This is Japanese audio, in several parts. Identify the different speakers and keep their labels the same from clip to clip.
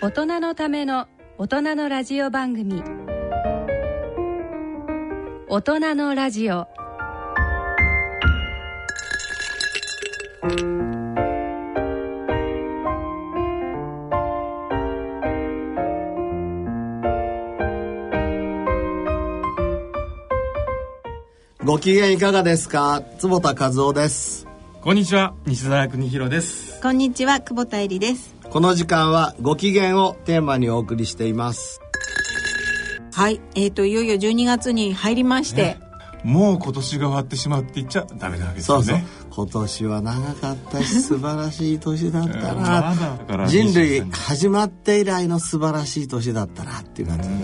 Speaker 1: 大人のための大人のラジオ番組大人のラジオ
Speaker 2: ご機嫌いかがですか坪田和夫です
Speaker 3: こんにちは西澤邦弘です
Speaker 4: こんにちは久保田恵里です
Speaker 2: この時間はご機嫌をテーマにお送りしています
Speaker 4: はいえー、といよいよ12月に入りまして、
Speaker 3: もう今年が終わってしまうって言っちゃダメなわけです
Speaker 2: そ
Speaker 3: よ
Speaker 2: う
Speaker 3: ね
Speaker 2: そう、今年は長かった し素晴らしい年だった
Speaker 3: うん
Speaker 2: な、
Speaker 3: まだだから
Speaker 2: 人類
Speaker 3: 23年
Speaker 2: 始まって以来の素晴らしい年だったなっていう感じで、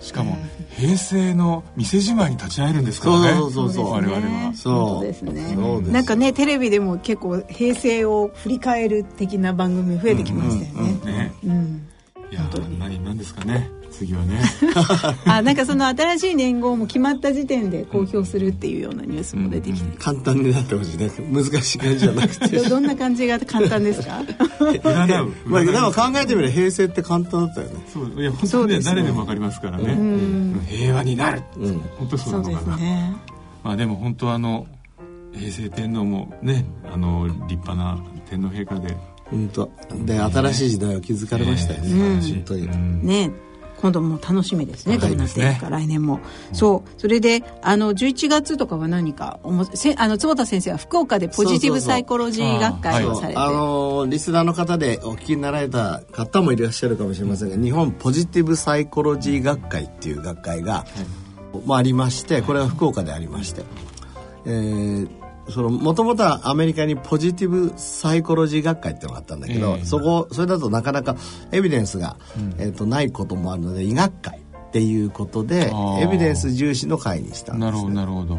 Speaker 3: しかも平成の店じまいに立ち会えるんですからね
Speaker 2: そうそうそうそう
Speaker 3: 我々は
Speaker 2: そう
Speaker 4: ですね
Speaker 2: そうです
Speaker 4: なんかねテレビでも結構平成を振り返る的な番組増えてきましたよね、
Speaker 3: ね
Speaker 4: うん
Speaker 3: いやー何何ですかね次はね
Speaker 4: あなんかその新しい年号も決まった時点で公表するっていうようなニュースも出てきて、
Speaker 2: 簡単になってほしいね難しい感じじゃなく て
Speaker 4: どどんな感じが簡単です か
Speaker 3: 占う
Speaker 2: まあでも考えてみれば平成って簡単だったよね
Speaker 3: そういや本当にね誰でもわかりますからね、うん平和になる、本当そうな
Speaker 4: そうで
Speaker 3: の
Speaker 4: す
Speaker 3: かな、
Speaker 4: ね
Speaker 3: まあでも本当あの平成天皇もねあの立派な天皇陛下で
Speaker 2: うんとで新しい時代を築かれましたよね、
Speaker 3: えー素晴
Speaker 2: 本当に、
Speaker 3: らしいうん
Speaker 4: ね今度も楽しみですねどうなっ
Speaker 3: 楽し
Speaker 4: てい
Speaker 3: みで
Speaker 4: く
Speaker 3: す
Speaker 4: か、
Speaker 3: ね
Speaker 4: 来年もそうそれであの11月とかは何かおもせあの坪田先生は福岡でポジティブサイコロジー学会を
Speaker 2: そ
Speaker 4: さ
Speaker 2: う
Speaker 4: れて
Speaker 2: あのーリスナーの方でお聞きになられた方もいらっしゃるかもしれませんが日本ポジティブサイコロジー学会っていう学会が、まあ、ありましてこれは福岡でありまして、えーそのもともとはアメリカにポジティブサイコロジー学会っていうのがあったんだけど、
Speaker 3: ええ
Speaker 2: そこそれだとなかなかエビデンスが、えー、とないこともあるので医学会っていうことで
Speaker 3: あー
Speaker 2: エビデンス重視の会にしたんです、ね、
Speaker 3: なるほどなるほど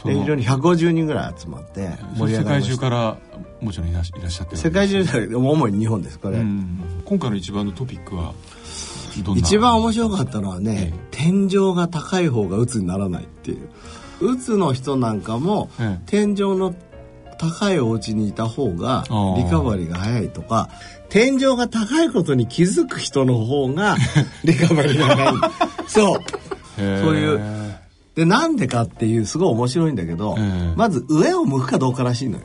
Speaker 3: そ
Speaker 2: で非
Speaker 3: の
Speaker 2: 常に150人ぐらい集まって盛り上が
Speaker 3: 世
Speaker 2: り
Speaker 3: 界
Speaker 2: まし
Speaker 3: 中
Speaker 2: た
Speaker 3: からもちろんいらっしいらっしゃってる
Speaker 2: 世界中じゃなくて主に日本ですこれ、
Speaker 3: うん今回の一番のトピックはどんな
Speaker 2: 一番面白かったのはね、天井が高い方が鬱にならないっていう鬱の人なんかも、
Speaker 3: ええ
Speaker 2: 天井の高いお家にいた方が
Speaker 3: ああ
Speaker 2: リカバリーが早いとか天井が高いことに気づく人の方がリカバリーが早いそう
Speaker 3: そう
Speaker 2: そういうでなんでかっていうすごい面白いんだけど、
Speaker 3: ええ
Speaker 2: まず上を向くかどうからしいのよ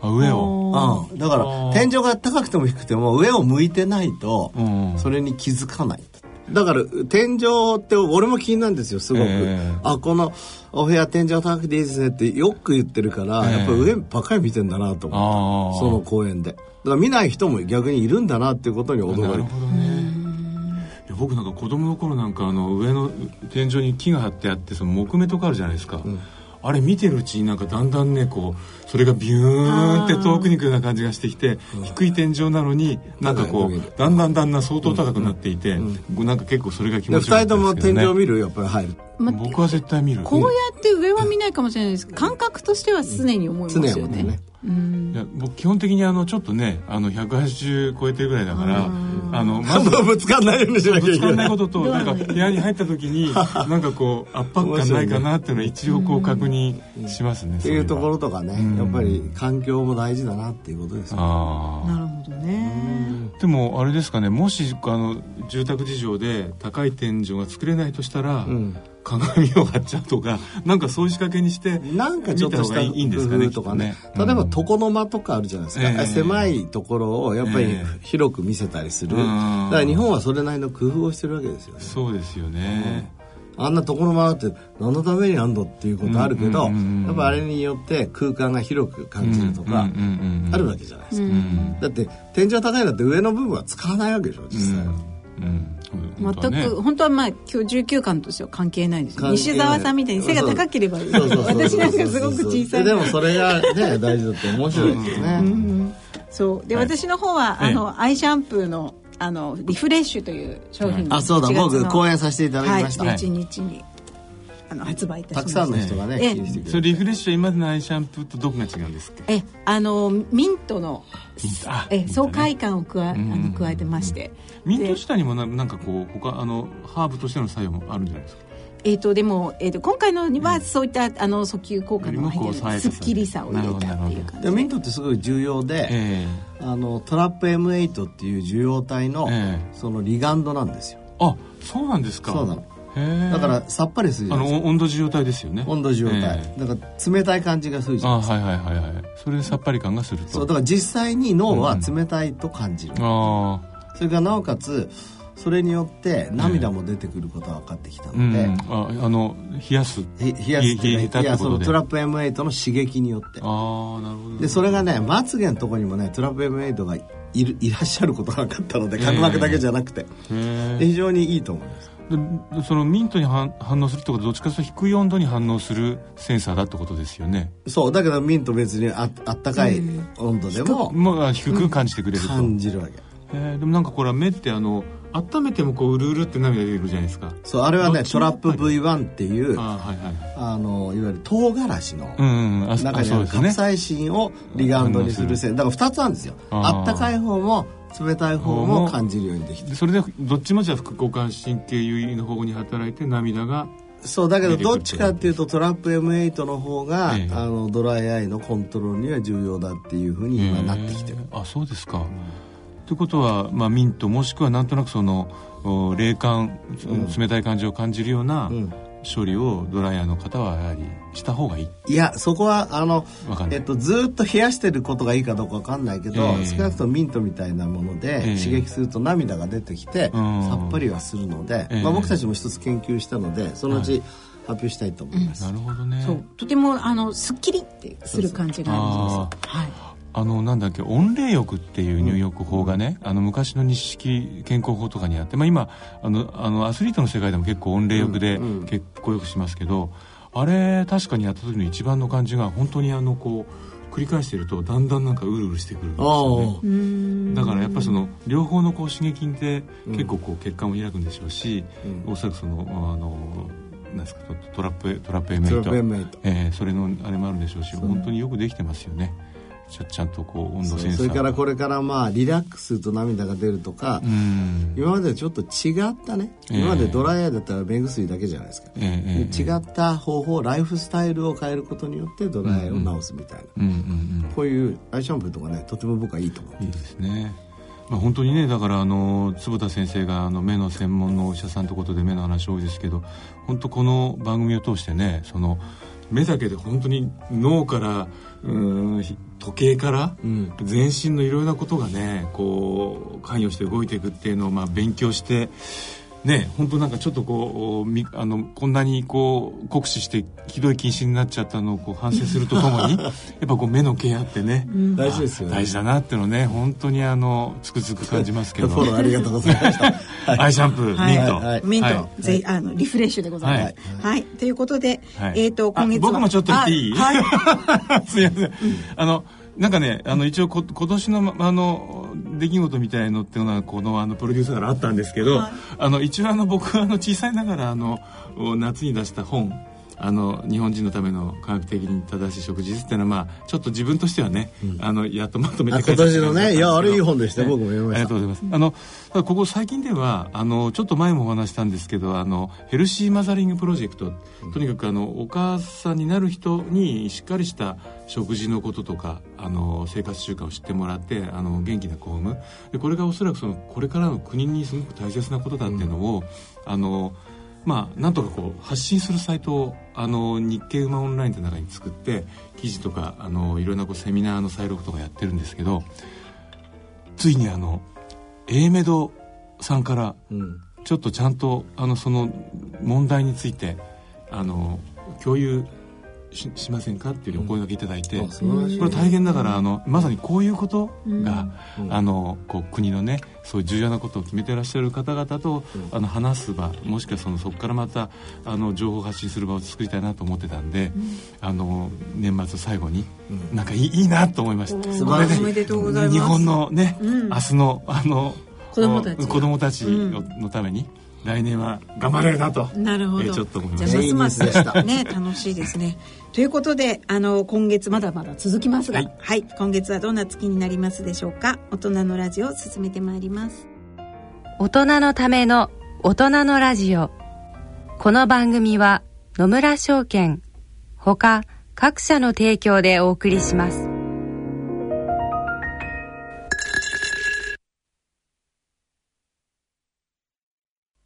Speaker 3: あ上を
Speaker 2: うん、だから
Speaker 3: あー
Speaker 2: 天井が高くても低くても上を向いてないと
Speaker 3: うん
Speaker 2: それに気づかないだから天井って俺も気になるんですよすごく、
Speaker 3: ええ
Speaker 2: あこのお部屋天井高くていいですねってよく言ってるから、
Speaker 3: ええ
Speaker 2: やっぱ上ばっかり見てんだなと思
Speaker 3: あ
Speaker 2: う
Speaker 3: あ
Speaker 2: その公園でだから見ない人も逆にいるんだなっていうことに
Speaker 3: な
Speaker 2: 驚
Speaker 3: る
Speaker 2: いた
Speaker 3: ほどねいや僕なんか子供の頃なんかあの上の天井に木が張ってあってその木目とかあるじゃないですか、あれ見てるうちになんかだんだんねこうそれがビューンって遠くに行くような感じがしてきて低い天井なのになんかこ
Speaker 2: 高いの
Speaker 3: うだんだんだんだん相当高くなっていて、なんか結構それが気
Speaker 2: で
Speaker 3: 持
Speaker 2: 二
Speaker 3: ちよか
Speaker 2: 人
Speaker 3: った
Speaker 2: と
Speaker 3: で
Speaker 2: も
Speaker 3: すけ
Speaker 2: 天
Speaker 3: ど、ね、
Speaker 2: 井見るよやっぱり入る
Speaker 4: ま
Speaker 3: 僕は絶対見る
Speaker 4: こうやって上は見ないかもしれないですけど感覚としては常に思い
Speaker 2: 常
Speaker 4: ま
Speaker 2: に
Speaker 4: す
Speaker 2: 思
Speaker 4: よ
Speaker 2: って
Speaker 4: ね
Speaker 2: ね
Speaker 3: いや僕基本的にあのちょっとねあの180超えてるぐらいだからあのま
Speaker 2: あん
Speaker 3: ず
Speaker 2: まぶつかんないようにしなきゃ
Speaker 3: ぶ
Speaker 2: い
Speaker 3: つ
Speaker 2: け
Speaker 3: か
Speaker 2: な
Speaker 3: んないいこととなんか部屋に入った時 になんかこう圧迫感ないかなっていうのは一応こう確認しますね
Speaker 2: っ
Speaker 3: そ
Speaker 2: て
Speaker 3: れ
Speaker 2: い
Speaker 3: は
Speaker 2: うところとかね、やっぱり環境も大事だなっていうことですよ
Speaker 3: あ
Speaker 4: なるほどね
Speaker 3: あでもあれですかねもしあの住宅事情で高い天井が作れないとしたら、
Speaker 2: ん
Speaker 3: 鏡を貼っちゃうとかなんかそういう仕掛けにして
Speaker 2: なんかちょっとした
Speaker 3: 見た方がいいいいんですかね
Speaker 2: 工夫とかね
Speaker 3: きっと
Speaker 2: 例
Speaker 3: ね
Speaker 2: えば床の間とかあるじゃないですか、
Speaker 3: ええ
Speaker 2: 狭いところをやっぱり
Speaker 3: ええ
Speaker 2: 広く見せたりする、
Speaker 3: うん
Speaker 2: だから日本はそれなりの工夫をしてるわけですよね
Speaker 3: そうですよね、
Speaker 2: あんな床の間って何のためにあんのっていうことあるけど、
Speaker 3: うんうんうんうん
Speaker 2: やっぱあれによって空間が広く感じるとか
Speaker 3: うんうんうんうん
Speaker 2: あるわけじゃないですか、
Speaker 3: うん
Speaker 2: だって天井高いのって上の部分は使わないわけでしょ実際、
Speaker 3: うんうん
Speaker 4: 全く本当はまあ今日19巻としては関係ないです
Speaker 2: 関
Speaker 4: よ
Speaker 2: 係ない
Speaker 4: 西澤さんみたいに背が高ければいい
Speaker 2: そうそうそうそう
Speaker 4: 私なんかすごく小さい
Speaker 2: ででもそれがね大事だって面白いですね、
Speaker 4: そうで、
Speaker 3: はい
Speaker 4: 私の方は
Speaker 3: ええ
Speaker 4: あの、アイシャンプーのあのリフレッシュという商品
Speaker 2: あそうだ僕講演させていた
Speaker 4: た
Speaker 2: だきました、
Speaker 4: はい、11日にあの発売いたしま
Speaker 2: た
Speaker 4: した
Speaker 2: くさんの人がね
Speaker 4: ええ
Speaker 2: 気にしてくれ
Speaker 3: それ
Speaker 2: て
Speaker 3: リフレッシュは今までのアイシャンプーとどこが違うんですか
Speaker 4: えあのミントの
Speaker 3: ミントあ
Speaker 4: え
Speaker 3: ミントね
Speaker 4: 爽快感を加えあ
Speaker 3: うんうんう
Speaker 4: の
Speaker 3: ん
Speaker 4: 加えてまして
Speaker 3: ミント自体にもななんかこう他あのハーブとしての作用もあるんじゃないですか
Speaker 4: えっ、とでも、えー、と今回のにはそういった、あの訴求効果の
Speaker 3: よりもこう抑え
Speaker 4: 入
Speaker 3: た
Speaker 4: すっきりさを入れたっていう感
Speaker 2: で
Speaker 4: じ
Speaker 2: もミントってすごい重要で、
Speaker 3: え
Speaker 2: あのトラップ M8 っていう受容体の、
Speaker 3: ええ
Speaker 2: そのリガンドなんですよ
Speaker 3: えあそうなんですか
Speaker 2: そうなの
Speaker 3: へえ
Speaker 2: だからさっぱりするじ
Speaker 3: あ
Speaker 2: ゃないです
Speaker 3: の温度受容体ですよね
Speaker 2: か温度受容体、
Speaker 3: ええ
Speaker 2: だから冷たい感じがするじゃない
Speaker 3: あ
Speaker 2: ですか
Speaker 3: はいはいはいはいそれでさっぱり感がすると
Speaker 2: そうだから実際に脳は冷たいと感じる、
Speaker 3: あ
Speaker 2: それからなおかつそれによって涙も出てくることが分かってきた
Speaker 3: あうん、
Speaker 2: ので、
Speaker 3: ああの冷やす
Speaker 2: ひ冷やすって
Speaker 3: 冷
Speaker 2: ね
Speaker 3: えたっ
Speaker 2: い
Speaker 3: てことで
Speaker 2: やそのトラップ M8 の刺激によって
Speaker 3: ああなるほど
Speaker 2: でそれがねまつげのとこにもねトラップ M8 がいるいらっしゃることが分かったので角膜だけじゃなくて、
Speaker 3: へ
Speaker 2: で
Speaker 3: え
Speaker 2: 非常にいいと思います
Speaker 3: でそのミントに反反応するってことはどっちかというと低い温度に反応するセンサーだってことですよね
Speaker 2: そうだけどミント別にああったかい温度でも
Speaker 3: まあ、低く感じてくれると、
Speaker 2: 感じるわけ
Speaker 3: えーでもなんかこれは目ってあの温めてもこううるうるって涙出てくるじゃないですか
Speaker 2: そうあれは
Speaker 3: ど
Speaker 2: ね
Speaker 3: っち
Speaker 2: ト
Speaker 3: もや
Speaker 2: ラ
Speaker 3: っ
Speaker 2: ッ
Speaker 3: ぱ
Speaker 2: プ
Speaker 3: り
Speaker 2: V1 っていう
Speaker 3: あーはいはい
Speaker 2: あのいわゆる唐辛子の
Speaker 3: うん、うん、あ
Speaker 2: 中
Speaker 3: あ
Speaker 2: に
Speaker 3: そ
Speaker 2: あ
Speaker 3: う
Speaker 2: る
Speaker 3: です
Speaker 2: カプ
Speaker 3: ね
Speaker 2: サイシンをリガンドにするせいだから2つあるんですよ
Speaker 3: あー
Speaker 2: あったかい方も冷たい方も感じるようにできて
Speaker 3: でそれでどっちもじゃあ副交感神経優位の方に働いて涙が
Speaker 2: そうだけどどっちかっていうとトラップ M8 の方が、
Speaker 3: ええ
Speaker 2: あのドライアイのコントロールには重要だっていうふうに今なってきてる
Speaker 3: へーあそうですか、ということは、まあ、ミントもしくはなんとなくそのお冷感、冷たい感じを感じるような
Speaker 2: うん
Speaker 3: 処理をドライヤーの方はやはりした方がいい
Speaker 2: いやそこはあの
Speaker 3: わかんな
Speaker 2: え
Speaker 3: い、
Speaker 2: っと、ずーっと冷やしてることがいいかどうかわかんないけど、
Speaker 3: ええ
Speaker 2: 少なくともミントみたいなもので
Speaker 3: ええ
Speaker 2: 刺激すると涙が出てきて、
Speaker 3: うん
Speaker 2: さっぱりはするので、
Speaker 3: ええ
Speaker 2: まあ、僕たちも一つ研究したのでそのうち発表したいと思います、
Speaker 3: なるほどね
Speaker 4: そうとてもあのすっきりってする感じがあるんですはい
Speaker 3: あのなんだっけ温冷浴っていう入浴法がね、あの昔の日式健康法とかにあって、まあ、今あのあのアスリートの世界でも結構温冷浴で
Speaker 2: うんうん
Speaker 3: 結構よくしますけど、あれ確かにやった時の一番の感じが本当にあのこう繰り返してるとだんだんなんかうるうるしてくるんですよね
Speaker 2: おー
Speaker 4: うん
Speaker 3: だからやっぱりその両方のこう刺激って結構こう血管を開くんでしょうし、
Speaker 2: うん
Speaker 3: おそらくそのあのなんですかトラップトラップ
Speaker 2: トラップ
Speaker 3: M8
Speaker 2: M8
Speaker 3: えーそれのあれもあるんでしょうし
Speaker 2: う
Speaker 3: 本当によくできてますよねちゃちゃんとこう温
Speaker 2: そ
Speaker 3: 度
Speaker 2: う
Speaker 3: センサー
Speaker 2: それからこれからまあリラックスすると涙が出るとか、
Speaker 3: うん
Speaker 2: 今までちょっと違ったね、
Speaker 3: ええ
Speaker 2: 今までドライアイだったら目薬だけじゃないですか、
Speaker 3: ええええ
Speaker 2: で違った方法ライフスタイルを変えることによってドライアイを直すみたいな、
Speaker 3: うんうん
Speaker 2: こういうアイシャンプーとかねとても僕はいいと思う
Speaker 3: うんいいですねまあ本当にねだからあの坪田先生があの目の専門のお医者さんということで目の話多いですけど本当この番組を通してねその目だけで本当に脳からうんひ時計から、
Speaker 2: うん
Speaker 3: 全身のいろいろなことがねこう関与して動いていくっていうのをまあ勉強してね本当なんかちょっとこうみあのこんなにこう酷使してひどい禁止になっちゃったのをこう反省するとともにやっぱこう目のケアってね、
Speaker 2: 大事ですよね
Speaker 3: 大事だなっていうのね本当にあのつくづく感じますけど
Speaker 2: フォローありがとうございました
Speaker 3: アイシャンプー、
Speaker 4: はい
Speaker 3: ミント、
Speaker 2: はい
Speaker 4: ミント、
Speaker 3: は
Speaker 4: ぜひあのリフレッシュでございます。はい、ということで、
Speaker 3: はい
Speaker 4: えっ、と今月は
Speaker 3: あ僕もちょっと言っていい、
Speaker 4: あはい。
Speaker 3: すいま せん、あのなんかねあの一応こ今年のまあの出来事みたいのっていうのはこのあのプロデューサーからあったんですけど、
Speaker 4: はい
Speaker 3: あの一応あの僕はあの小さいながらあのお夏に出した本あの日本人のための科学的に正しい食事術っていうのは、まあ、ちょっと自分としてはね、あのやっとまとめて書いて
Speaker 2: あ今年のね
Speaker 3: くださったんですけど
Speaker 2: いやあれいい本でした僕も読みました
Speaker 3: ありがとうございますあのただここ最近ではあのちょっと前もお話したんですけどあのヘルシーマザリングプロジェクトとにかくあのお母さんになる人にしっかりした食事のこととかあの生活習慣を知ってもらってあの元気な子を産むでこれがおそらくそのこれからの国にすごく大切なことだっていうのを、あのまあ、なんとかこう発信するサイトをあの日経馬オンラインって中に作って記事とかあのいろんなこうセミナーの再録とかやってるんですけどついにあの A メドさんから
Speaker 2: うん
Speaker 3: ちょっとちゃんとあのその問題についてあの共有ししませんかっていうお声がけいただいて、
Speaker 2: あ素晴らしい
Speaker 3: これ大変だからあのまさにこういうことが、
Speaker 2: うん
Speaker 3: あのこう国のねそういう重要なことを決めてらっしゃる方々と、あの話す場もしくはそのそこからまたあの情報発信する場を作りたいなと思ってたんで、あの年末最後に、なんかいいいいなと思いまし た
Speaker 4: お
Speaker 2: 素晴らしい
Speaker 3: こ
Speaker 4: おめ
Speaker 3: れ
Speaker 4: でとうございます
Speaker 3: 日本のね、
Speaker 4: うん
Speaker 3: 明日のあの
Speaker 4: 子供たちが
Speaker 3: 子供たちののために、来年は頑張れるなと。
Speaker 4: なるほど。
Speaker 3: えーちょっと思いま
Speaker 4: じ
Speaker 3: し
Speaker 4: ゃ
Speaker 3: た
Speaker 4: あますま
Speaker 2: い
Speaker 4: す
Speaker 2: いニュースでした
Speaker 4: ね楽しいですね。ということであの今月まだまだ続きますが、
Speaker 3: は
Speaker 4: はいい、今月はどんな月になりますでしょうか。大人のラジオを進めてまいります。
Speaker 1: 大人のための大人のラジオこの番組は野村証券ほか各社の提供でお送りします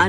Speaker 5: あ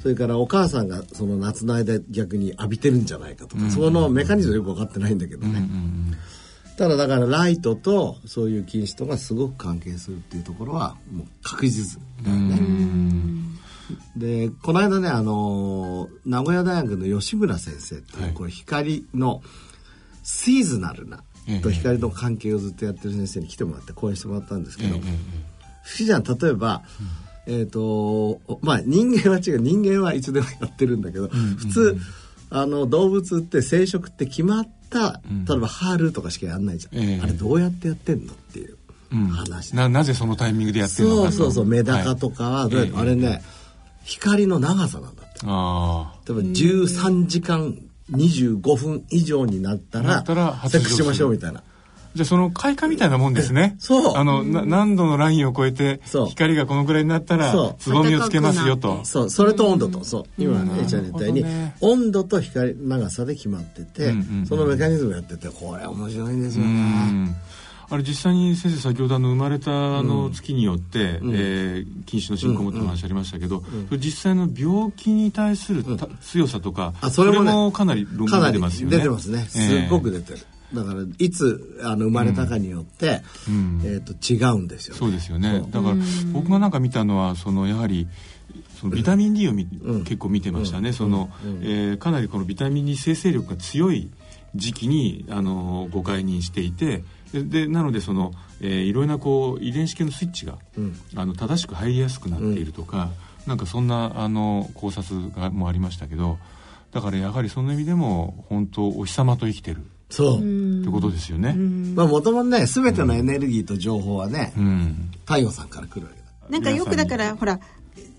Speaker 2: それからお母さんがその夏の間逆に浴びてるんじゃないかとか、そのメカニズムよく分かってないんだけどね、ただだからライトとそういう禁止とがすごく関係するっていうところはもう確実だよね、でこの間ねあのー名古屋大学の吉村先生っていう、
Speaker 3: はい
Speaker 2: これ光のシーズナルなと
Speaker 3: ええ
Speaker 2: 光の関係をずっとやってる先生に来てもらって講演してもらったんですけ
Speaker 3: え
Speaker 2: ど、
Speaker 3: ー
Speaker 2: 不思議じゃん例えば、えっ、とまあ人間は違う人間はいつでもやってるんだけど、普通あの動物って生殖って決まった、
Speaker 3: ん
Speaker 2: 例えば春とかしかやんないじゃん、
Speaker 3: ええ
Speaker 2: あれどうやってやってんのっていう
Speaker 3: うん
Speaker 2: 話、
Speaker 3: ななぜそのタイミングでやってるのか
Speaker 2: そ
Speaker 3: と
Speaker 2: うそうそうメダカとかはどうやって、
Speaker 3: は
Speaker 2: あ
Speaker 3: い
Speaker 2: れね光の長さなんだって
Speaker 3: あ
Speaker 2: 例えば13時間25分以上になった
Speaker 3: な
Speaker 2: ら
Speaker 3: ったら発
Speaker 2: セッ
Speaker 3: 情
Speaker 2: クスしましょうみたいな
Speaker 3: あじゃあその開花みたいなもんですね
Speaker 2: そう
Speaker 3: あのな何度のラインを超えて
Speaker 2: そう
Speaker 3: 光がこのくらいになったら
Speaker 2: そう
Speaker 3: つぼみをつけますよと
Speaker 2: そうそれと温度とそう今の A ちゃんに言ったように、
Speaker 3: なるほどね
Speaker 2: 温度と光の長さで決まってて、
Speaker 3: うんうんうん
Speaker 2: そのメカニズムやっててこれ面白いんです
Speaker 3: う
Speaker 2: よね
Speaker 3: んあれ実際に先生先ほどあの生まれたあの月によって、えー近視の進行もってお話ありましたけど、それ実際の病気に対するた強さとか、
Speaker 2: あそれもね
Speaker 3: かなり論
Speaker 2: か
Speaker 3: 文
Speaker 2: なり
Speaker 3: 出てますよね
Speaker 2: 出てますねすっごく
Speaker 3: え
Speaker 2: 出てる、だからいつあの生まれたかによって、
Speaker 3: ん
Speaker 2: えー、と違うんですよ
Speaker 3: ーそうですよね
Speaker 2: そう
Speaker 3: だから僕がなんか見たのはそのやはりそのビタミン D をみ、結構見てましたね、その、えーかなりこのビタミン D 生成力が強い時期にあのご解任していてででなのでその、えーいろいろなこう遺伝子系のスイッチが、あの正しく入りやすくなっているとか、なんかそんなあの考察がもありましたけどだからやはりその意味でも本当お日様と生きてる
Speaker 2: そう、
Speaker 3: ってことですよね。
Speaker 2: まあもともとね全てのエネルギーと情報はね、
Speaker 3: うん
Speaker 2: 太陽さんから来るわけだ
Speaker 4: なんかよくだからほら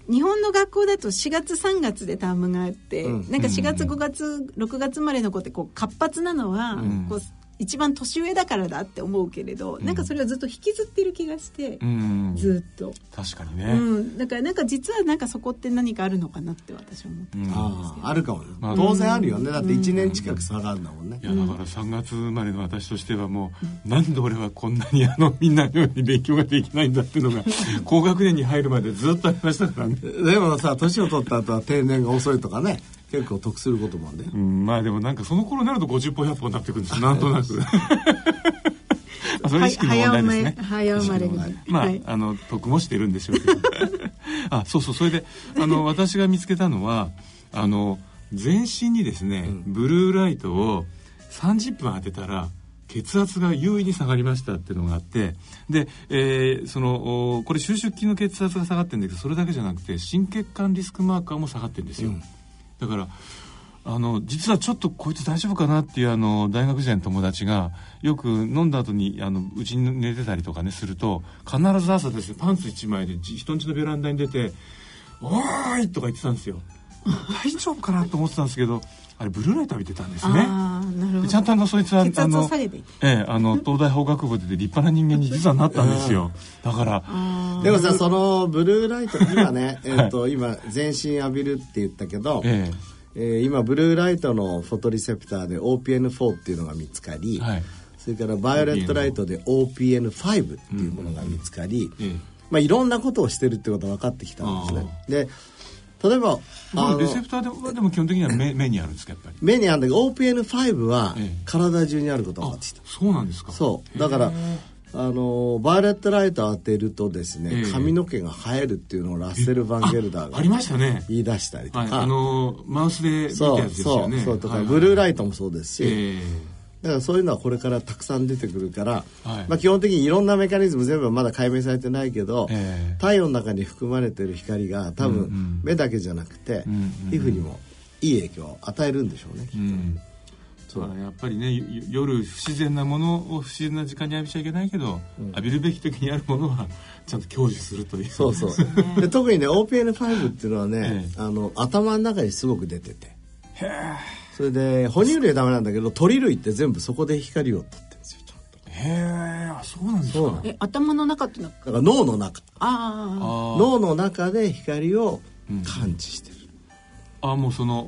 Speaker 4: 日本の学校だと4月3月でタームがあって、
Speaker 2: うん
Speaker 4: なんか4月5月6月生まれの子ってこう活発なのは、
Speaker 3: ん
Speaker 4: こう一番年上だからだって思うけれど、なんかそれはずっと引きずってる気がして、
Speaker 3: うん
Speaker 4: ずっと、
Speaker 3: 確かに
Speaker 4: う
Speaker 3: ね、
Speaker 4: ん、だからなんか実はなんかそこって何かあるのかなって私は思って、
Speaker 2: あああるかもね、
Speaker 3: まあ
Speaker 2: 当然あるよねだって1年近く差があるんだもんね、
Speaker 3: いやだから3月生まれの私としてはもう、なんで俺はこんなにあのみんなのように勉強ができないんだっていうの が高学年に入るまでずっとありましたからね
Speaker 2: でもさ年を取った後は定年が遅いとかね結構得することもあるね
Speaker 3: うんまあでもなんかその頃になると50本100本になってくるんですなんとな くまあそれ意識の問題ですね
Speaker 4: 早生まれ早生まれみたいな
Speaker 3: まあ、
Speaker 4: はい
Speaker 3: あの得もしてるんでしょうけど あそうそうそれであの私が見つけたのはあの全身にですね、ブルーライトを30分当てたら血圧が優位に下がりましたっていうのがあってで、えーそのおこれ収縮筋の血圧が下がってるんだけどそれだけじゃなくて心血管リスクマーカーも下がってるんですよ、だからあの実はちょっとこいつ大丈夫かなっていうあの大学時代の友達がよく飲んだ後にあのうちに寝てたりとかねすると必ず朝ですねパンツ一枚でじ人んちのベランダに出て「おーい!」とか言ってたんですよ大丈夫かなと思ってたんですけどあれブルーライト浴びてたんですね
Speaker 4: ああなるほ
Speaker 3: で
Speaker 4: ど
Speaker 3: ちゃんとあのそいつは
Speaker 4: 血
Speaker 3: あ
Speaker 4: 圧を
Speaker 3: の
Speaker 4: 下げていく
Speaker 3: ええあの東大法学部で立派な人間に実はなったんですよだから
Speaker 2: でもさそのブルーライト今 ね、えっと今全身浴びるって言ったけど、
Speaker 3: え
Speaker 2: えー今ブルーライトのフォトリセプターで OPN4 っていうのが見つかり、
Speaker 3: えはい
Speaker 2: それからバイオレットライトで OPN5 っていうものが見つかり、
Speaker 3: ええ
Speaker 2: まあ、いろんなことをしてるってことが分かってきたんですねで例えば
Speaker 3: ま
Speaker 2: あ
Speaker 3: あ
Speaker 2: の
Speaker 3: レセプターでもでも基本的には目目にあるんですかやっぱり
Speaker 2: 目にあるんだけど OPN5 は
Speaker 3: ええ
Speaker 2: 体中にあることが分
Speaker 3: あ
Speaker 2: かってきた、
Speaker 3: そうなんですか
Speaker 2: そうだからあのバイオレットライト当てるとですね、
Speaker 3: ええ
Speaker 2: 髪の毛が生えるっていうのをラッセル・ヴァンゲルダー
Speaker 3: ああり
Speaker 2: が
Speaker 3: ましたね
Speaker 2: 言い出したりとか、
Speaker 3: はい、あのマウスで見た
Speaker 2: そ
Speaker 3: や
Speaker 2: う
Speaker 3: つですよ
Speaker 2: そう、
Speaker 3: ね
Speaker 2: そうとか、
Speaker 3: はいはい
Speaker 2: ブルーライトもそうですし、
Speaker 3: え
Speaker 2: だからそういうのはこれからたくさん出てくるから、
Speaker 3: はい
Speaker 2: まあ、基本的にいろんなメカニズム全部はまだ解明されてないけど、
Speaker 3: ええ
Speaker 2: 太陽の中に含まれてる光が多
Speaker 3: うんうん
Speaker 2: 分目だけじゃなくて、
Speaker 3: んうん
Speaker 2: 皮膚にもいい影響を与えるんでしょうね、
Speaker 3: えうんだからやっぱりねゆ夜不自然なものを不自然な時間に浴びちゃいけないけど、浴びるべき時にあるものはちゃんと享受するという
Speaker 2: そうそうで特にね OPN5 っていうのはね
Speaker 3: え、え
Speaker 2: あの頭の中にすごく出ててそれで哺乳類はダメなんだけど鳥類って全部そこで光を取ってるんですよちゃんと
Speaker 3: へえあそうなんですか
Speaker 2: そうなの
Speaker 4: え頭の中っていうのは
Speaker 2: だから脳の中
Speaker 4: あ
Speaker 3: あ
Speaker 2: 脳の中で光を感知してる、
Speaker 3: ああもうその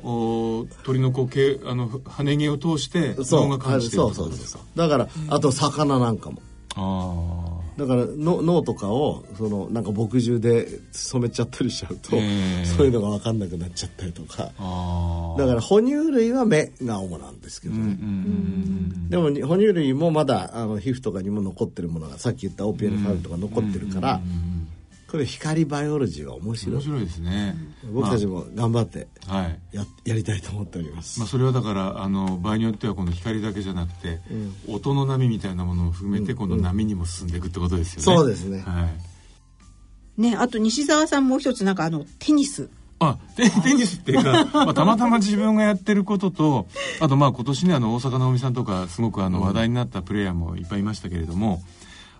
Speaker 3: お鳥のこうけあのふ羽毛を通して
Speaker 2: そう
Speaker 3: 脳が感じてる
Speaker 2: そ
Speaker 3: っ
Speaker 2: う
Speaker 3: て
Speaker 2: そ
Speaker 3: こ
Speaker 2: うそ
Speaker 3: と
Speaker 2: う
Speaker 3: です
Speaker 2: そ
Speaker 3: か
Speaker 2: うだからあと魚なんかも
Speaker 3: ああ
Speaker 2: だからの脳とかをそのなんか墨汁で 染めちゃったりしちゃうと、
Speaker 3: ええ
Speaker 2: そういうのが分かんなくなっちゃったりとか
Speaker 3: ああ
Speaker 2: だから哺乳類は目が主なんですけど
Speaker 3: うんうんう
Speaker 2: ね、
Speaker 3: ん
Speaker 2: でもに哺乳類もまだあの皮膚とかにも残ってるものがさっき言った OPL5 とか残ってるから、これ光バイオロジーは面
Speaker 3: うん
Speaker 2: 白い
Speaker 3: 面白いですね
Speaker 2: 僕たちも頑張って
Speaker 3: まあはい
Speaker 2: ややりたいと思っております、
Speaker 3: まあ、それはだからあの場合によってはこの光だけじゃなくて、音の波みたいなものを含めてこの波にも進んでいくってことですよね。
Speaker 2: そうですね
Speaker 3: はい、
Speaker 4: あねあと西澤さんもう一つなんかあのテニス
Speaker 3: あテテニスっていうか、まあ、たまたま自分がやってることとあとまあ今年ねあの大坂なおみさんとかすごくあの話題になったプレイヤーもいっぱいいましたけれども。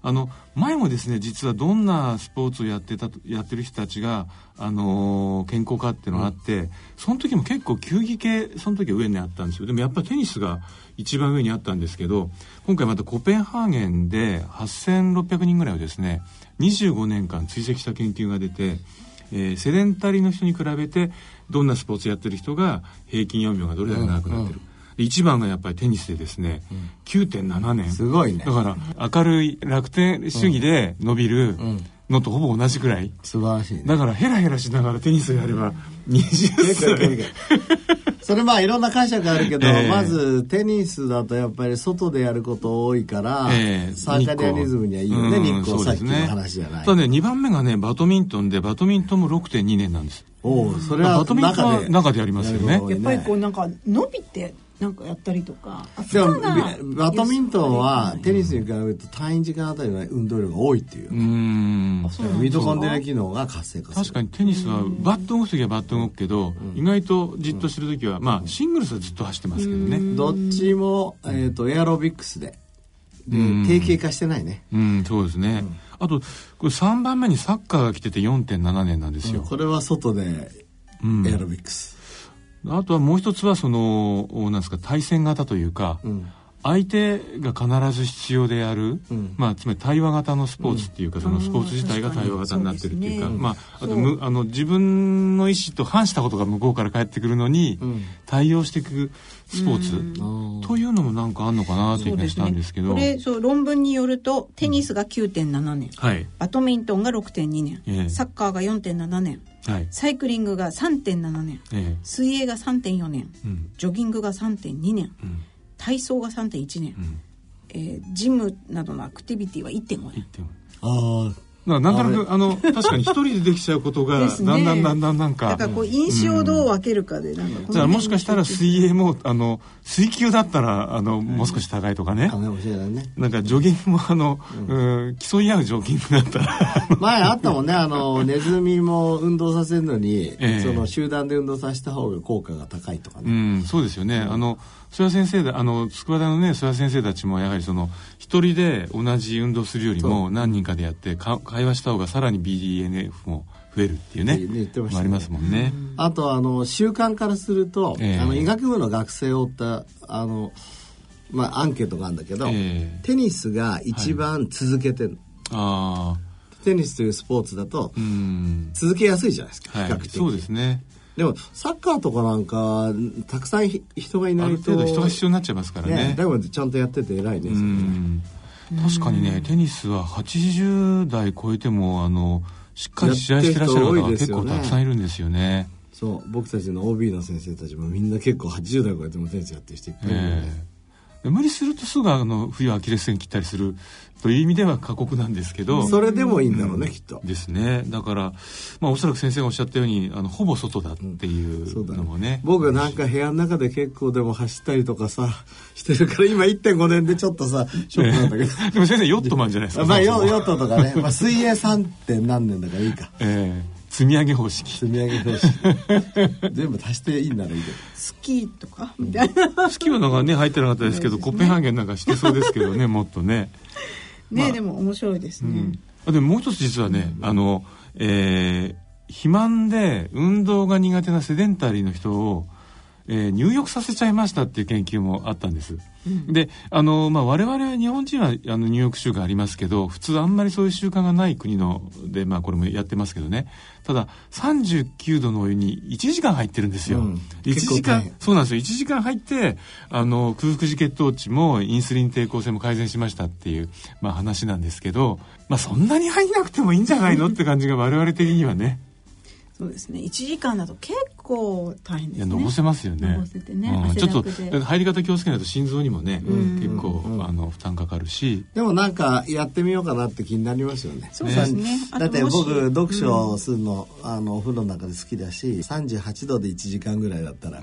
Speaker 3: あの前もですね実はどんなスポーツをやってたとやってる人たちが、あのー健康かっていうのがあって、その時も結構球技系その時は上にあったんですよでもやっぱりテニスが一番上にあったんですけど今回またコペンハーゲンで8600人ぐらいをですね25年間追跡した研究が出て、えーセデンタリーの人に比べてどんなスポーツやってる人が平均余命がどれだけ長くなってる、で一番がやっぱりテニスでですね、9.7年
Speaker 2: すごいね
Speaker 3: だから明るい楽天主義で伸びるのとほぼ同じくらい
Speaker 2: 素晴らしいね
Speaker 3: だからヘラヘラしながらテニスをやれば20
Speaker 2: 結構いける
Speaker 3: 歳
Speaker 2: けどそれまあいろんな解釈あるけど、
Speaker 3: ええ
Speaker 2: まずテニスだとやっぱり外でやること多いから、
Speaker 3: ええ
Speaker 2: サーカリアリズムにはいいよね、
Speaker 3: うん
Speaker 2: 日光
Speaker 3: そ
Speaker 2: さ
Speaker 3: う
Speaker 2: っ
Speaker 3: で
Speaker 2: き
Speaker 3: す
Speaker 2: の
Speaker 3: ね
Speaker 2: 話じゃない。
Speaker 3: ただね2番目がねバドミントンでバドミントンも6.2年なんです
Speaker 2: おうそれは
Speaker 3: バドミントン
Speaker 2: 中
Speaker 3: は
Speaker 2: で
Speaker 3: 中でやりますよね
Speaker 2: やることが多
Speaker 4: やっ
Speaker 2: い
Speaker 4: ぱりこうなんか伸びてなんかやったりとかあ負
Speaker 2: でも
Speaker 4: 荷が
Speaker 2: ビバドミントンはテニスに比べると単位時間あたりの運動量が多いっていうう、
Speaker 3: ーん
Speaker 4: そうなんだ
Speaker 2: ミトコンデリア機能が活性化する
Speaker 3: 確かにテニスはバット動く時はバット動くけど、意外とじっとしてる時は、まあシングルスはずっと走ってますけどね
Speaker 2: どっちも、えー、とエアロビックスでで
Speaker 3: うん
Speaker 2: 定型化してないね、
Speaker 3: うん、そうですね。あと、これ3番目にサッカーが来てて4.7年なんですよ。
Speaker 2: これは外で
Speaker 3: うん
Speaker 2: エアロビックス、
Speaker 3: あとはもう一つは、その、おなんですか、対戦型というか、
Speaker 2: ん
Speaker 3: 相手が必ず必要である、
Speaker 2: うん
Speaker 3: まあ、つまり対話型のスポーツっていうか、そのスポーツ自体が対話型になってるっていうか、まあ、あとむあの自分の意思と反したことが向こうから返ってくるのに、
Speaker 2: ん
Speaker 3: 対応していくスポーツ、というのもなんかあんのかなという気がしたんですけど
Speaker 4: これそう論文によるとテニスが9.7年、
Speaker 3: はい
Speaker 4: バドミントンが6.2年、
Speaker 3: ええ
Speaker 4: サッカーが4.7年
Speaker 3: はい
Speaker 4: サイクリングが3.7年
Speaker 3: え
Speaker 4: 水泳が3.4年
Speaker 3: えうん
Speaker 4: ジョギングが3.2年
Speaker 3: うん
Speaker 4: 体操が3.1年、
Speaker 3: うん
Speaker 4: えージムなどのアクティビティは1.5
Speaker 3: 一
Speaker 4: 年
Speaker 3: 点
Speaker 2: あ
Speaker 3: なんかなんとなくあの確かに一人でできちゃうことが、
Speaker 4: ですね
Speaker 3: だんだんだんだんなん
Speaker 4: だ
Speaker 3: か
Speaker 4: からこう印象をどう分けるかでなんかこの
Speaker 3: じゃあもしかしたら水泳もあの水球だったらあのもう少し高いとかね
Speaker 2: あ、かもしれないね。
Speaker 3: なんかジョギングもあの、うん競い合うジョギングだったら
Speaker 2: 前あったもんね、あの、ネズミも運動させるのに、
Speaker 3: ええ
Speaker 2: その集団で運動させた方が効果が高いとか
Speaker 3: う
Speaker 2: ね。
Speaker 3: んそうですよね、あの諏訪先生だあの筑波大のね諏訪先生たちもやはりその一人で同じ運動するよりも何人かでやってか会話した方がさらに BDNF も増えるっていうね
Speaker 2: ね言ってましたね
Speaker 3: ありますもんね、
Speaker 2: あとあの習慣からすると、
Speaker 3: ええ
Speaker 2: あの医学部の学生を追ったあの、まあ、アンケートがあるんだけど、
Speaker 3: ええ
Speaker 2: テニスが一番続けてる、
Speaker 3: ああ
Speaker 2: テニスというスポーツだと
Speaker 3: うん
Speaker 2: 続けやすいじゃないですか、
Speaker 3: は
Speaker 2: 比較
Speaker 3: い
Speaker 2: 的
Speaker 3: そうですね
Speaker 2: でもサッカーとかなんかたくさんひ人がい
Speaker 3: あ
Speaker 2: ない
Speaker 3: る
Speaker 2: と
Speaker 3: 程度人が必要になっちゃいますからね
Speaker 2: だからちゃんとやってて偉いね、
Speaker 3: うん確かにねテニスは80代超えてもあのしっかり試合してらっしゃる方が結構たくさんいるんですよね。
Speaker 2: そう僕たちの OB の先生たちもみんな結構80代超えてもテニスやってる人いっぱいいるよね、
Speaker 3: で無理するとすぐあの冬アキレス腱切ったりするという意味では過酷なんですけど。
Speaker 2: それでもいいんだろうね、きっと
Speaker 3: ですね。だから、まあおそらく先生がおっしゃったように、あの、ほぼ外だっていうのもね。
Speaker 2: 僕なんか部屋の中で結構でも走ったりとかさしてるから今1.5年でちょっとさショックなんだけど、
Speaker 3: でも先生、ヨットマンじゃないですか。
Speaker 2: まあ
Speaker 3: そも
Speaker 2: ヨ
Speaker 3: そも
Speaker 2: ヨットとかね、まあ、水泳 3. 点何年だからいいか
Speaker 3: ええ積み上げ方式。
Speaker 2: 積み上げ方 式全部足していいんならいいけど
Speaker 4: スキーとかみたいな
Speaker 3: スキーはなんかね、入ってなかったですけど、コペンハーゲンなんかしてそうですけどね、もっとね。
Speaker 4: ね、でも面白いですね、
Speaker 3: あでももう一つ実はね、あの、えー肥満で運動が苦手なセデンタリーの人を、えー入浴させちゃいましたっていう研究もあったんです。で、あの、まあ、我々日本人はあの入浴習慣ありますけど、普通あんまりそういう習慣がない国ので、まあ、これもやってますけどね。ただ、39度のお湯に1時間入ってるんですよ。
Speaker 2: うん
Speaker 3: 一時
Speaker 2: 結構大
Speaker 3: 間
Speaker 2: 変、
Speaker 3: そうなんですよ。1時間入って、あの、空腹時血糖値もインスリン抵抗性も改善しましたっていう、まあ話なんですけど、まあそんなに入んなくてもいいんじゃないのって感じが我々的にはね、
Speaker 4: そうですね1時間だと結構大変
Speaker 3: い
Speaker 4: で
Speaker 3: や、
Speaker 4: すね
Speaker 3: のぼせますよね。
Speaker 4: のぼせてね
Speaker 3: うん
Speaker 4: 汗
Speaker 3: ちょ
Speaker 4: だ
Speaker 3: っと、
Speaker 4: くで
Speaker 3: 入り方気をつけないと心臓にもね、
Speaker 4: ん
Speaker 3: 結構、あの、負担かかるし、
Speaker 2: でもなんかやってみようかなって気になりますよね
Speaker 4: そうですねあと
Speaker 2: だって
Speaker 4: もし
Speaker 2: 僕読書をするの,、あのお風呂の中で好きだし38度で1時間ぐらいだったら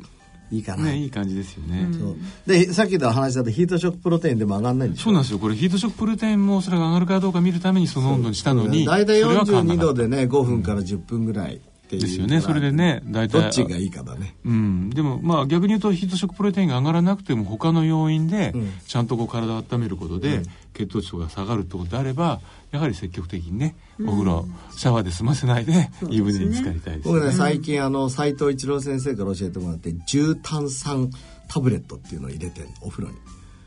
Speaker 2: いいかな、
Speaker 3: ね、いい感じですよね。
Speaker 2: そうでさっきの話だとヒートショックプロテインでも上がんないんでしょ
Speaker 3: そうなんですよ。これヒートショックプルテインもそれが上がるかどうか見るためにその温度にしたのに、
Speaker 2: 大体
Speaker 3: それは変わんな
Speaker 2: 42
Speaker 3: かっ
Speaker 2: 度
Speaker 3: た
Speaker 2: でね5分から10分ぐらいっていう
Speaker 3: ですよねそれでね大体
Speaker 2: どっちがいいかだね
Speaker 3: うん、でもまあ逆に言うとヒートショックプロテインが上がらなくても他の要因で
Speaker 2: うん
Speaker 3: ちゃんとこう体を温めることで血糖値とかが下がるってことであればやはり積極的にねお風呂シャワーで済ませないで湯船に浸かりたいです
Speaker 2: 僕
Speaker 3: ね
Speaker 2: ね最近あの斎藤一郎先生から教えてもらって重炭酸タブレットっていうのを入れてんのお風呂に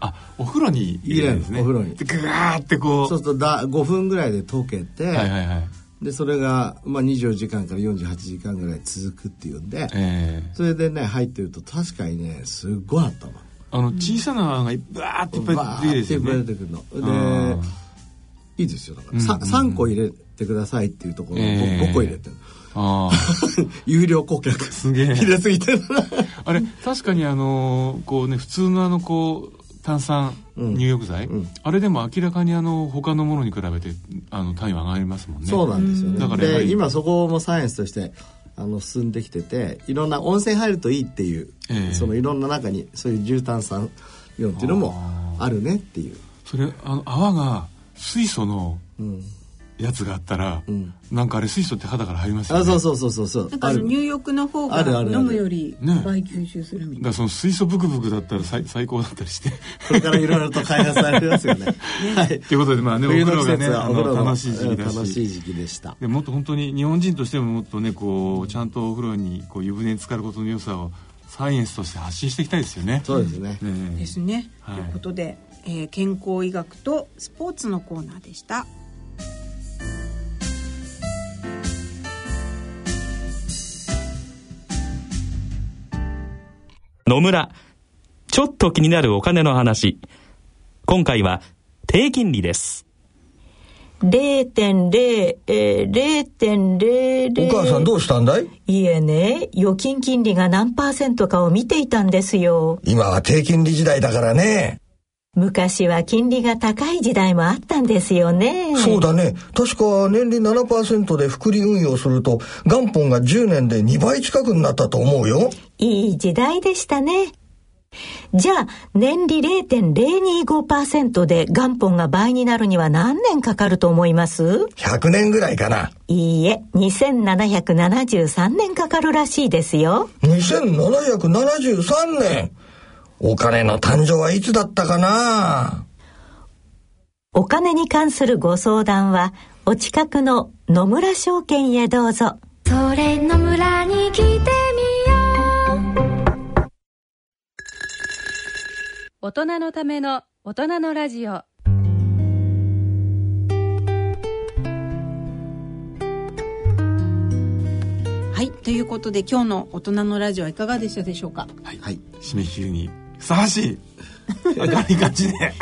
Speaker 3: あお風呂に入れるんですね
Speaker 2: 入れるお風呂に
Speaker 3: でグワーってこう
Speaker 2: そうするとだ5分ぐらいで溶けて、
Speaker 3: はいはいはい
Speaker 2: でそれが、まあ、24時間から48時間ぐらい続くっていうんで、
Speaker 3: ええ
Speaker 2: それでね入ってると確かにねすっごいあったま
Speaker 3: あの小さな泡がバーっていっぱ
Speaker 2: バ
Speaker 3: い出て
Speaker 2: ーって
Speaker 3: る
Speaker 2: いっ
Speaker 3: ん
Speaker 2: ぱい
Speaker 3: で
Speaker 2: 出
Speaker 3: す
Speaker 2: てくるの
Speaker 3: よね
Speaker 2: でいいですよだから、さ
Speaker 3: うんうんうん
Speaker 2: 3個入れてくださいっていうところを 5,
Speaker 3: ええ
Speaker 2: 個入れてる、
Speaker 3: あーあー
Speaker 2: 有料顧客す
Speaker 3: げえ
Speaker 2: 入れすぎてるな
Speaker 3: あれ確かにあのこうね普通のあのこう炭酸
Speaker 2: うん
Speaker 3: 入浴剤、
Speaker 2: うん
Speaker 3: あれでも明らかにあの他のものに比べてあの単位は上がりますもんね
Speaker 2: そうなんですよ
Speaker 3: だ
Speaker 2: ね
Speaker 3: からやはり
Speaker 2: で今そこもサイエンスとしてあの進んできてていろんな温泉入るといいっていう、
Speaker 3: ええ
Speaker 2: そのいろんな中にそういう重炭酸イオンっていうのもあるねっていう、
Speaker 3: それあの泡が水素の
Speaker 2: うん
Speaker 3: やつがあったら、
Speaker 2: うん、
Speaker 3: なんかあれ水素って肌から入りますよね
Speaker 2: あそうそうそうそうそう
Speaker 4: なんか
Speaker 2: あ
Speaker 4: あの
Speaker 2: る
Speaker 4: 入浴の方が
Speaker 2: あるあるある
Speaker 4: 飲むより
Speaker 3: ね
Speaker 4: 倍吸収する
Speaker 3: だ
Speaker 4: みたい
Speaker 3: か
Speaker 4: な、
Speaker 3: らその水素ブクブクだったら最最高だったりして
Speaker 2: これからいろいろと開発されてますよ ねはい
Speaker 3: ということでまあねお
Speaker 2: 冬
Speaker 3: 風
Speaker 2: の
Speaker 3: 呂
Speaker 2: 季
Speaker 3: がね
Speaker 2: 節はお風呂
Speaker 3: あ
Speaker 2: の
Speaker 3: の楽しい時期だ
Speaker 2: うん楽しい
Speaker 3: し
Speaker 2: 時期でした
Speaker 3: でもっと本当に日本人としてももっとねこうちゃんとお風呂にこう湯船に浸かることの良さをサイエンスとして発信していきたいですよね。
Speaker 2: そうですね、
Speaker 3: ねえ
Speaker 4: ですね、
Speaker 3: はい
Speaker 4: ということで、えー健康医学とスポーツのコーナーでした
Speaker 6: 野村、ちょっと気になるお金の話。今回は低金利です。
Speaker 7: 0.0、えー、0.00
Speaker 8: お母さんどうしたんだい
Speaker 7: いえね、預金金利が何パーセントかを見ていたんですよ。
Speaker 8: 今は低金利時代だからね。
Speaker 7: 昔は金利が高い時代もあったんですよね。
Speaker 8: そうだね。確か年利7%で複利運用すると、元本が10年で2倍近くになったと思うよ。
Speaker 7: いい時代でしたね。じゃあ、年利0.025%で元本が倍になるには何年かかると思います
Speaker 8: 100年ぐらいかな。
Speaker 7: いいえ、2773年かかるらしいですよ。
Speaker 8: 2773年。お金の誕生はいつだったかな
Speaker 7: お金に関するご相談は、お近くの野村証券へどうぞ。
Speaker 9: それ野村に来てみよう
Speaker 1: 大人のための大人のラジオ
Speaker 4: はいということで今日の大人のラジオはいかがでしたでしょうか
Speaker 2: はい
Speaker 3: 締め切りにふさわしい明るい感じで。
Speaker 4: ね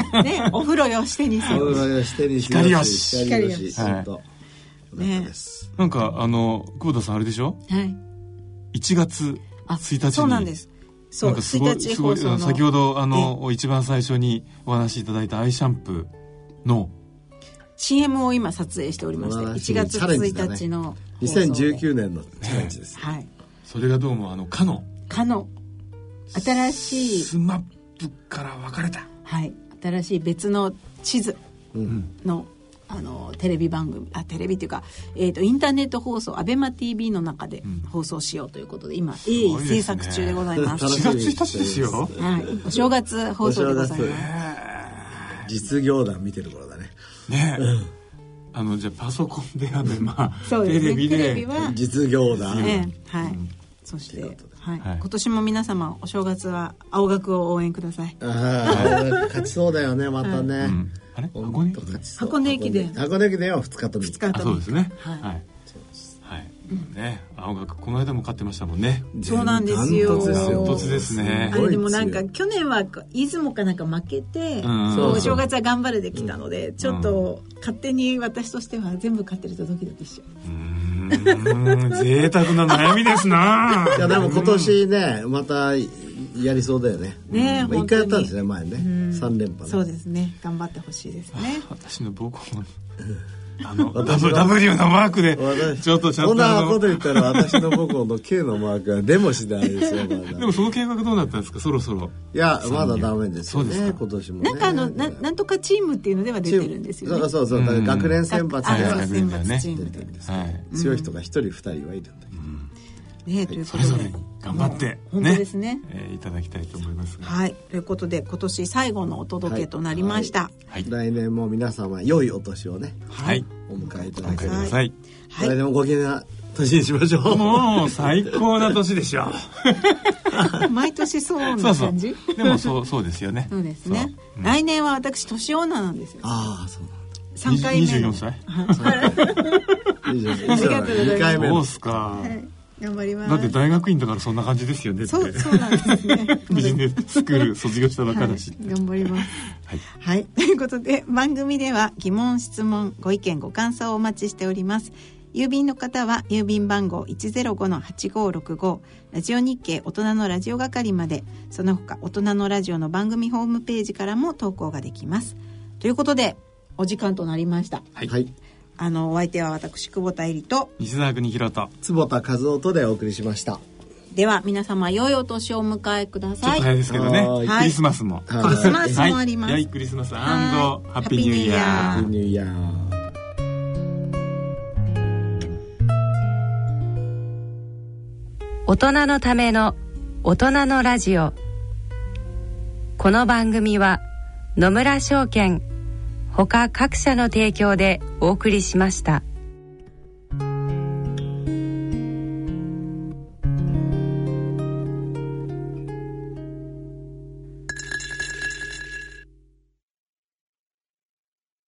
Speaker 4: お風呂よしてにせ
Speaker 2: お
Speaker 4: よ
Speaker 2: 風呂よしてに
Speaker 3: 光よし
Speaker 2: 光よし
Speaker 3: 光よし
Speaker 2: 本当よ
Speaker 4: はい
Speaker 2: かったです
Speaker 3: なんかあの久保田さんあれでしょ
Speaker 4: はい
Speaker 3: 1月
Speaker 4: あ
Speaker 3: 1日に
Speaker 4: そうなんですそう
Speaker 3: なんかすごい
Speaker 4: 1日
Speaker 3: すご
Speaker 4: 放
Speaker 3: い
Speaker 4: 送の
Speaker 3: 先ほどあの一番最初にお話しいただいたアイシャンプーの
Speaker 4: CM を今撮影しておりまして
Speaker 2: 素
Speaker 4: 1
Speaker 2: 晴らしい
Speaker 4: 月1日の放送で
Speaker 2: 2019年のチャレンジです
Speaker 4: はい
Speaker 3: それがどうもあのかの
Speaker 4: かの新しい
Speaker 3: スマップから分かれた
Speaker 4: はい、新しい別の地図の,、あのテレビ番組あテレビっていうか、えー、とインターネット放送アベマ t v の中で放送しようということで、今鋭
Speaker 3: ごいで
Speaker 4: 意
Speaker 3: すね
Speaker 4: 制作中でございます
Speaker 2: 楽し
Speaker 3: 1
Speaker 2: み
Speaker 3: 月
Speaker 2: にして
Speaker 3: 1日ですよ
Speaker 4: はい、お正月放送でござい
Speaker 2: お正
Speaker 4: ま
Speaker 2: 月
Speaker 4: す
Speaker 2: 実業団見てる頃だね
Speaker 3: ねえあのじゃあパソコンであのまあ
Speaker 4: そうで
Speaker 3: テ
Speaker 4: すね
Speaker 3: レビ
Speaker 4: テレビ
Speaker 3: で
Speaker 4: は、
Speaker 2: 実業団
Speaker 4: ええはい、そして、はい
Speaker 3: はい
Speaker 4: 今年も皆様お正月は青学を応援ください
Speaker 2: ああ勝ちそうだよねまたね
Speaker 3: んあれ
Speaker 2: 本当
Speaker 3: 箱根
Speaker 2: 勝ちそう
Speaker 4: 箱根駅伝
Speaker 2: 箱根駅伝は2日と3日
Speaker 4: 二日
Speaker 3: あそうですねはいはい、ね青学この間も勝ってましたもんね
Speaker 4: そうなんですよ
Speaker 2: ダントツですよ
Speaker 3: ダントツですね
Speaker 4: あれでもなんか去年は出雲かなんか負けて、
Speaker 3: うん
Speaker 2: そう
Speaker 4: お正月は頑張れできたので、ちょっと勝手に私としては全部勝ってるとドキドキしちゃう、
Speaker 3: うーん贅沢な悩みですな
Speaker 2: いやでも今年ねまたやりそうだよね
Speaker 4: ねえ
Speaker 2: まあ一
Speaker 4: 本当
Speaker 2: 回
Speaker 4: に
Speaker 2: やったんですね前ね3連覇
Speaker 4: そう
Speaker 2: ね
Speaker 4: ですね頑張ってほしいですね
Speaker 3: 私の母校のあの W W のマークで
Speaker 2: 私
Speaker 3: ちょっとちゃんと
Speaker 2: そんな
Speaker 3: あの
Speaker 2: こと言ったら私の母校の K のマークはでもしないですよまだ
Speaker 3: でもその計画どうなったんですかそろそろ
Speaker 2: いやまだダメですよ
Speaker 3: そうで
Speaker 2: ね
Speaker 3: すか
Speaker 2: 今年もね
Speaker 4: なんかあのななんとかチームっていうのでは出
Speaker 2: チーム
Speaker 4: てるんですよね
Speaker 2: そうそうそうだから学年選抜
Speaker 4: あ
Speaker 2: で
Speaker 4: そう
Speaker 2: は
Speaker 3: 学
Speaker 4: 選
Speaker 3: 年だよ
Speaker 4: 抜
Speaker 3: ね
Speaker 4: チームでね
Speaker 3: はい
Speaker 2: 強い人が1人2人はいるんだけど
Speaker 4: という
Speaker 3: そ
Speaker 4: こ
Speaker 3: れ
Speaker 4: と
Speaker 3: ぞ
Speaker 4: で
Speaker 3: れ頑張って
Speaker 4: 本当ですね
Speaker 3: えーいただきたいと思いますが
Speaker 4: はいということで今年最後のお届けとなりました、
Speaker 3: はい
Speaker 2: 来年も皆様良いお年をね
Speaker 3: はい
Speaker 2: お迎えいた
Speaker 3: お迎
Speaker 2: だ
Speaker 3: え
Speaker 2: き
Speaker 3: く
Speaker 2: たい、
Speaker 3: ださい
Speaker 4: はい
Speaker 2: 来年もご機嫌な年にしましょう
Speaker 3: もう最高な年でしょ
Speaker 4: 毎年そうな
Speaker 3: そ
Speaker 4: 感
Speaker 3: う
Speaker 4: じ
Speaker 3: そうでもそうそうですよね
Speaker 4: そうですね。来年は私年女なんですよ。
Speaker 2: ああそう
Speaker 4: 三回目
Speaker 3: 24
Speaker 4: の。
Speaker 3: 歳
Speaker 2: だいいです
Speaker 4: りがとうございます
Speaker 2: 2回目
Speaker 3: そう
Speaker 2: の
Speaker 3: っすか
Speaker 4: 頑張ります。
Speaker 3: だって大学院だからそんな感じですよねって
Speaker 4: そうそうなんですね。
Speaker 3: ビジネススクール卒業したばっか
Speaker 4: は
Speaker 3: だし
Speaker 4: い、頑張ります。
Speaker 3: はい
Speaker 4: はい、ということで番組では疑問質問ご意見ご感想をお待ちしております郵便の方は郵便番号105-8565ラジオ日経大人のラジオ係までその他大人のラジオの番組ホームページからも投稿ができますということでお時間となりました
Speaker 2: はい、
Speaker 4: あのお相手は私久保田恵里と
Speaker 3: 西澤邦弘と
Speaker 2: 坪田和夫とでお送りしました
Speaker 4: では皆様良いお年をお迎えくだ
Speaker 3: ちょっ
Speaker 4: さ
Speaker 3: と
Speaker 4: い
Speaker 3: 早いですけどね、
Speaker 2: はい
Speaker 3: クリスマスも、
Speaker 2: はい
Speaker 4: クリスマスもあります、
Speaker 3: はい、クリスマス
Speaker 4: い
Speaker 3: ハッピーニューイ
Speaker 4: ハ
Speaker 3: ヤ
Speaker 4: ッ
Speaker 3: ー
Speaker 4: ピ
Speaker 2: ニューイヤー
Speaker 1: 大人のための大人のラジオこの番組は野村証券ほか各社の提供でお送りしました。